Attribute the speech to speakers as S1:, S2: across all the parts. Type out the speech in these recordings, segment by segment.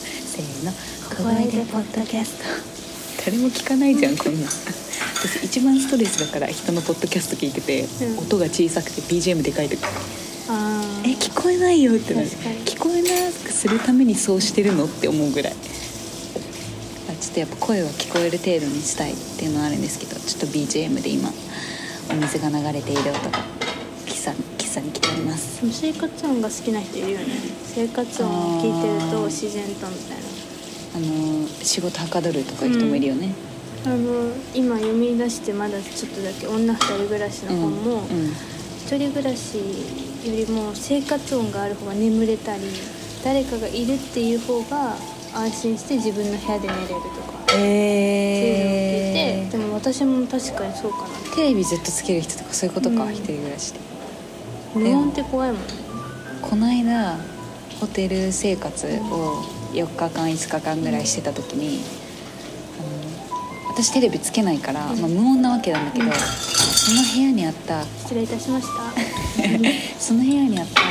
S1: せーの小声でポッドキャスト誰も聞かないじゃんこんな私一番ストレスだから人のポッドキャスト聞いてて、
S2: うん
S1: 音が小さくて BGM でかい時
S2: あ
S1: え
S2: ー
S1: 聞こえないよってなる
S2: 確かに
S1: 聞こえなくするためにそうしてるのって思うぐらいあちょっとやっぱ声は聞こえる程度にしたいっていうのはあるんですけどちょっと BGM で今お水が流れている音が喫茶喫茶に来ております
S2: でも生活音が好きな人いるよね生活音を聞いてると自然とみたい
S1: あのー仕事はかどるとかいう人もいるよね、
S2: なあの今読み出してまだちょっとだけ女二人暮らしの
S1: うん
S2: 本も、
S1: うん
S2: 一人暮らしよりも生活音がある方が眠れたり誰かがいるっていう方が安心して自分の部屋で寝れるとかそうい
S1: え
S2: うのを聞いて
S1: ー
S2: でも私も確かにそうかな
S1: テレビずっとつける人とかそういうことか、
S2: うん
S1: 一人暮らしで
S2: 無音って怖いもん
S1: この間ホテル生活を4日間5日間ぐらいしてた時に、あの私テレビつけないから、
S2: うん
S1: まあ、無音なわけなんだけど、
S2: うん
S1: その部屋にあった
S2: 失礼いたしました
S1: その部屋にあった
S2: う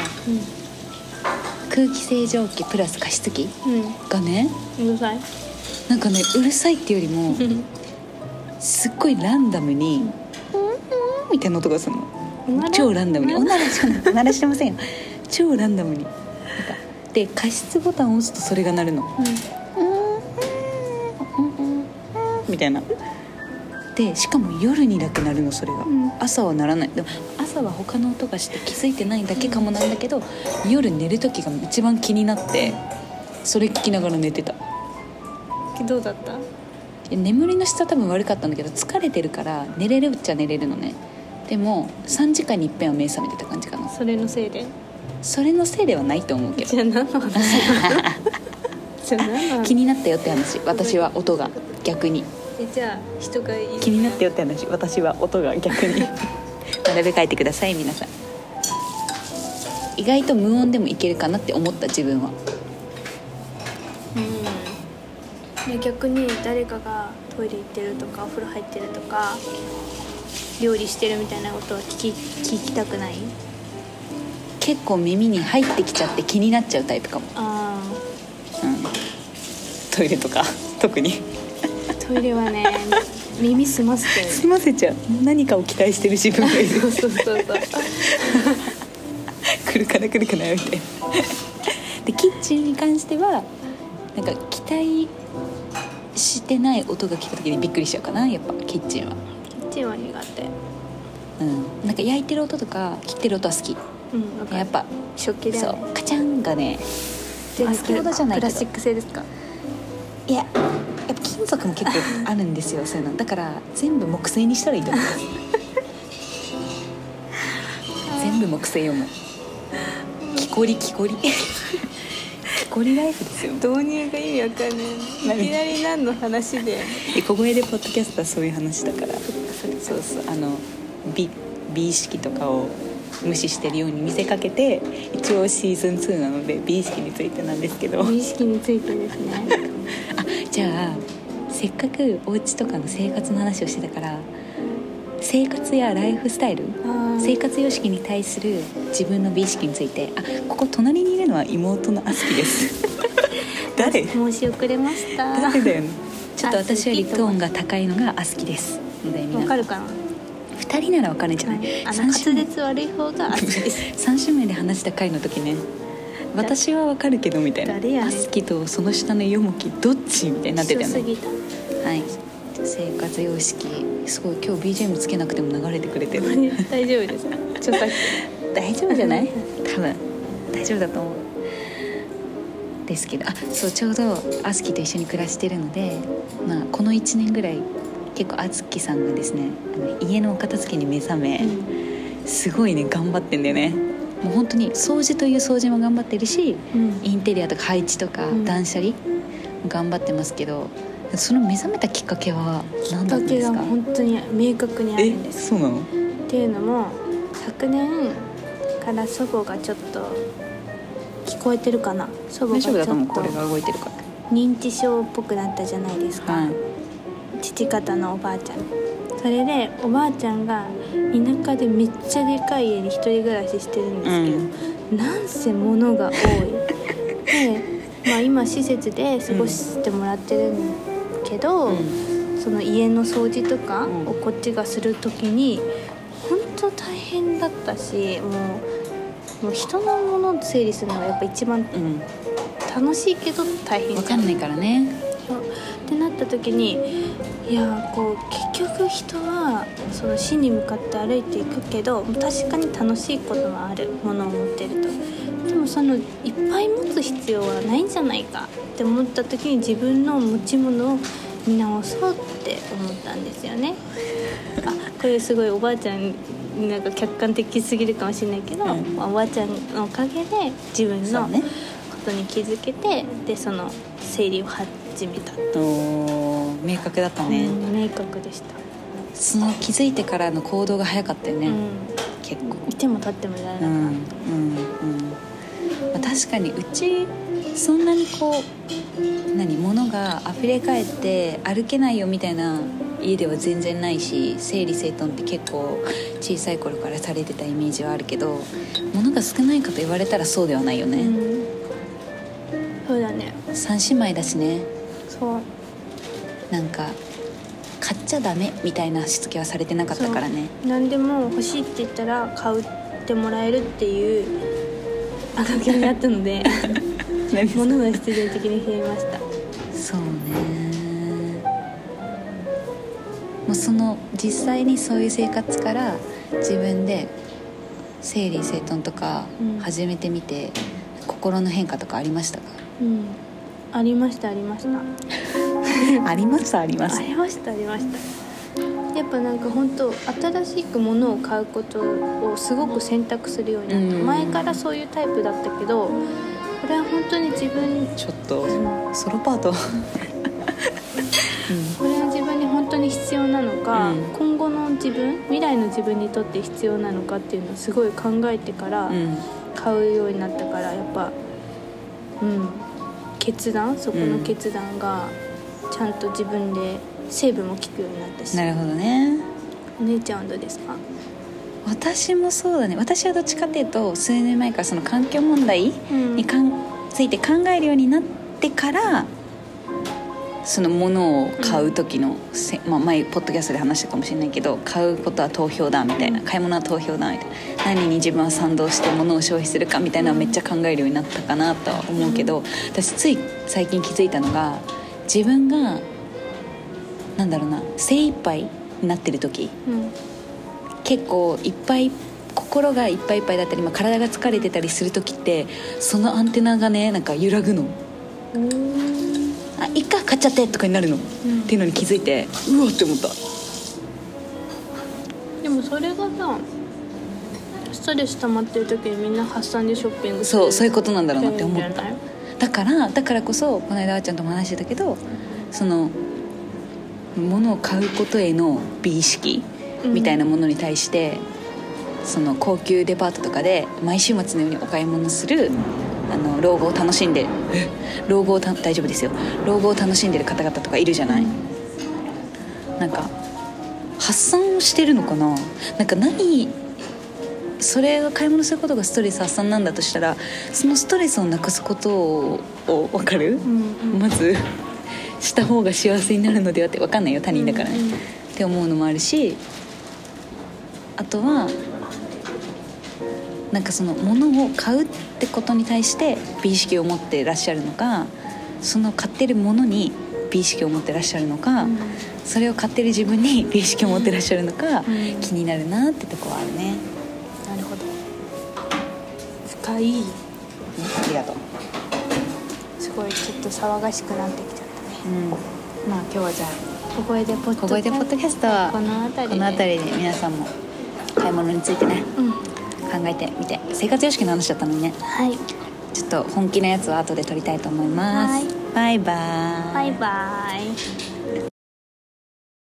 S1: 空気清浄機プラス加湿器
S2: んうん
S1: がね
S2: うるさい
S1: なんかねうるさいっていうよりも
S2: う
S1: すっごいランダムに「うんうん」みたいな音がするの
S2: ん
S1: 超ランダムにお
S2: うん
S1: ならじゃないおならしてませんよ超ランダムになんかで加湿ボタンを押すとそれが鳴るの。みたいなでしかも夜になくなるのそれが、
S2: うん
S1: 朝はならないでも朝は他の音がして気づいてないだけかもなんだけど、夜寝る時が一番気になってそれ聞きながら寝てたい
S2: どうだった
S1: や眠りの質は多分悪かったんだけど疲れてるから寝れるっちゃ寝れるのねでも3時間に一遍は目覚めてた感じかな
S2: それのせいで
S1: それのせいではないと思うけど
S2: じゃあ何の話じゃあ何の 話
S1: 気になったよって話私は音が逆に
S2: えじゃあ人がいる
S1: 気になったよって話私は音が逆 に並べ替えてください皆さん意外と無音でもいけるかなって思った自分は
S2: うん、ね逆に誰かがトイレ行ってるとかお風呂入ってるとか料理してるみたいなことは聞き聞きたくない
S1: 結構耳に入ってきちゃって気になっちゃうタイプかも、
S2: あ
S1: うん、トイレとか特に
S2: あトイレ はね耳すませて
S1: 済ませちゃう何かを期待してる自分がい る
S2: そうそうそうそう
S1: 来るかな来るかなみたいなでキッチンに関してはなんか期待してない音が聞く時にびっくりしちゃうかなやっぱキッチンは
S2: キッチンは苦手
S1: うんなんか焼いてる音とか切ってる音は好き
S2: うんわかる
S1: やっぱ
S2: 食器だ
S1: そ
S2: よ
S1: う
S2: ね
S1: カチャンがね
S2: 全部
S1: あ先ほどじゃない
S2: プ
S1: け
S2: ラ
S1: ど
S2: スチック製ですか
S1: いややっぱ金属も結構あるんですよそういうのだから全部木製にしたらいいと 思います全部木製よもう木こり木こ り木こりライフですよ
S2: 導入が意味わかんない
S1: 何
S2: いきなり何の話で
S1: で小声でポッドキャストはそういう話だからそうそうあの美美意識とかを無視してるように見せかけて一応シーズン2なので美意識についてなんですけど
S2: 無意識についてですね
S1: あじゃあせっかくお家とかの生活の話をしてたから生活やライフスタイル生活様式に対する自分の美意識についてあここ隣にいるのは妹のあすきです 誰
S2: 申し遅れました
S1: 誰だよねちょっと
S2: あすき
S1: 私よりトーンが高いのがあすきですので
S2: わ
S1: 皆さ
S2: か
S1: ん
S2: るかな
S1: 2人ならわかるんじゃない
S2: あ
S1: 三
S2: の滑
S1: 姉妹
S2: 舌悪い方が熱いです。
S1: 三種名で話した回の時ね私はわかるけどみたいな
S2: 誰やねん
S1: あすきとその下のよもきどっちみたいになってたよ
S2: 強
S1: ね
S2: すぎた。
S1: はい生活様式すごい今日 BGM つけなくても流れてくれてる
S2: 大丈夫です。著作
S1: 大丈夫じゃない多分大丈夫だと思うですけどあそうちょうどあすきと一緒に暮らしてるので、まあ、この1年ぐらい結構あずきさんがですねあの家のお片付けに目覚め、
S2: 権。
S1: すごいね頑張ってんだよねもう本当に掃除という掃除も頑張ってるし
S2: うん。
S1: インテリアとか配置とか
S2: うん
S1: 断捨離も頑張ってますけど、その目覚めたきっかけは何だったんで
S2: 畑
S1: す
S2: が
S1: か
S2: 本当に明確にあるんです。
S1: そうなの
S2: っていうのも昨年から祖母がちょっと聞こえてるかな。祖母
S1: 大丈
S2: が
S1: 夫
S2: ちょ
S1: だ
S2: っ
S1: と
S2: と
S1: 思うこれが動いてるか
S2: 認知症っぽくなったじゃないです
S1: ら
S2: か。
S1: はい
S2: 父方のおばあちゃんそれでおばあちゃんが田舎でめっちゃでかい家に一人暮らししてるんですけど、なんせ物が多いでまあ、今施設で過ごしてもらってるけど、その家の掃除とか
S1: うん
S2: をこっちがする時に本当大変だったしもうもう人のものを整理するのがやっぱ一
S1: う
S2: 番
S1: ん
S2: 楽しいけど大変
S1: 分かんないからね
S2: ってなった時にいやこう結局人はその死に向かって歩いていくけど確かに楽しいことはあるものを持ってるとでもそのいっぱい持つ必要はないんじゃないかって思った時に自分の持ち物を見直そうって思ったんですよね。あこれすごいおばあちゃんなんか客観的すぎるかもしれないけど、
S1: うん
S2: まあおばあちゃんのおかげで自分
S1: そ
S2: の
S1: うね
S2: ことに気づけてでその整理を始めた
S1: おー明確だったね、
S2: うん明確でした、
S1: その気づいてからの行動が早かったよね、結構
S2: うん、いても立ってもいられな
S1: う
S2: か
S1: んうん
S2: っ
S1: うんまあ確かにうちそんなにこう何物が溢れ返って歩けないよみたいな家では全然ないし整理整頓って結構小さい頃からされてたイメージはあるけど物が少ないかと言われたらそうではないよ
S2: た、
S1: ね、
S2: うんそうだね
S1: 三姉妹だしね
S2: そう
S1: なんか買っちゃダメみたいなしつけはされてなかったからね
S2: そう何でも欲しいって言ったら買うってもらえるっていうあがきになったの で物が必然的に増えました
S1: そうねもうその実際にそういう生活から自分で整理整頓とか
S2: うん
S1: 始めてみて、心の変化とかありましたか
S2: うんありましたありました
S1: ありますありま
S2: ありましたありましたやっぱなんか本当新しく物を買うことをすごく選択するようになった、
S1: うん
S2: 前からそういうタイプだったけどこれは本当に自分
S1: ちょっとソロパート
S2: これは自分に本当に必要なのか、
S1: うん
S2: 今後の自分未来の自分にとって必要なのかっていうのをすごい考えてから
S1: うん
S2: 買うようになったからやっぱうん決断そこの決断がちゃんと自分で成分も効くようになったし
S1: なるほどね
S2: お姉ちゃんはどうですか
S1: 私もそうだね私はどっちかっていうと数年前からその環境問題
S2: うん
S1: にかんついて考えるようになってからその物を買う時のせ、まあ、前ポッドキャストで話したかもしれないけど買うことは投票だみたいな
S2: うん
S1: 買い物は投票だみたいな何に自分は賛同して物を消費するかみたいなのをめっちゃ考えるようになったかなとは思うけど私つい最近気づいたのが自分がなんだろうな精一杯になってる時
S2: うん
S1: 結構いっぱい心がいっぱいいっぱいだったり、まあ、体が疲れてたりする時ってそのアンテナがねなんか揺らぐの
S2: うーん
S1: 「あいっか買っちゃって」とかになるの、っていうのに気づいてうわって思った
S2: でもそれがさストレス溜まってる時にみんな発散でショッピングする
S1: そうそういうことなんだろうなって思
S2: いい
S1: っ
S2: んじゃ
S1: た
S2: ない
S1: だからだからこそこの間あーちゃんとも話してたけどその物を買うことへの美意識
S2: うん
S1: みたいなものに対して、その高級デパートとかで毎週末のようにお買い物するあの老後を楽しんでえ老後をた大丈夫ですよ老後を楽しんでる方々とかいるじゃない、なんか発散をしてるのかななんか何それが買い物することがストレス発散なんだとしたらそのストレスをなくすことをを分かる、
S2: うん
S1: まずした方が幸せになるのではって分かんないよ他人だからね、
S2: うんう
S1: っ
S2: ん
S1: て思うのもあるしあとはなんかその物を買うってことに対して美意識を持ってらっしゃるのかその買ってるものに美意識を持ってらっしゃるのか、
S2: うん
S1: それを買ってる自分に美意識を持ってらっしゃるのか、
S2: うん
S1: 気になるなってとこはあるね。
S2: なるほど深い
S1: ありがとう、
S2: すごいちょっと騒がしくなってきちゃったね
S1: うん、まあ今日はじゃ
S2: 小声でポッ
S1: あ小
S2: ド
S1: 声でポッドキャストは
S2: この辺り
S1: この辺りで皆さんも買い物についてね
S2: うん
S1: 考えてみて生活様式の話だったのにね
S2: はい
S1: ちょっと本気のやつは後で撮りたいと思います
S2: は
S1: バイバーイ
S2: バイバイ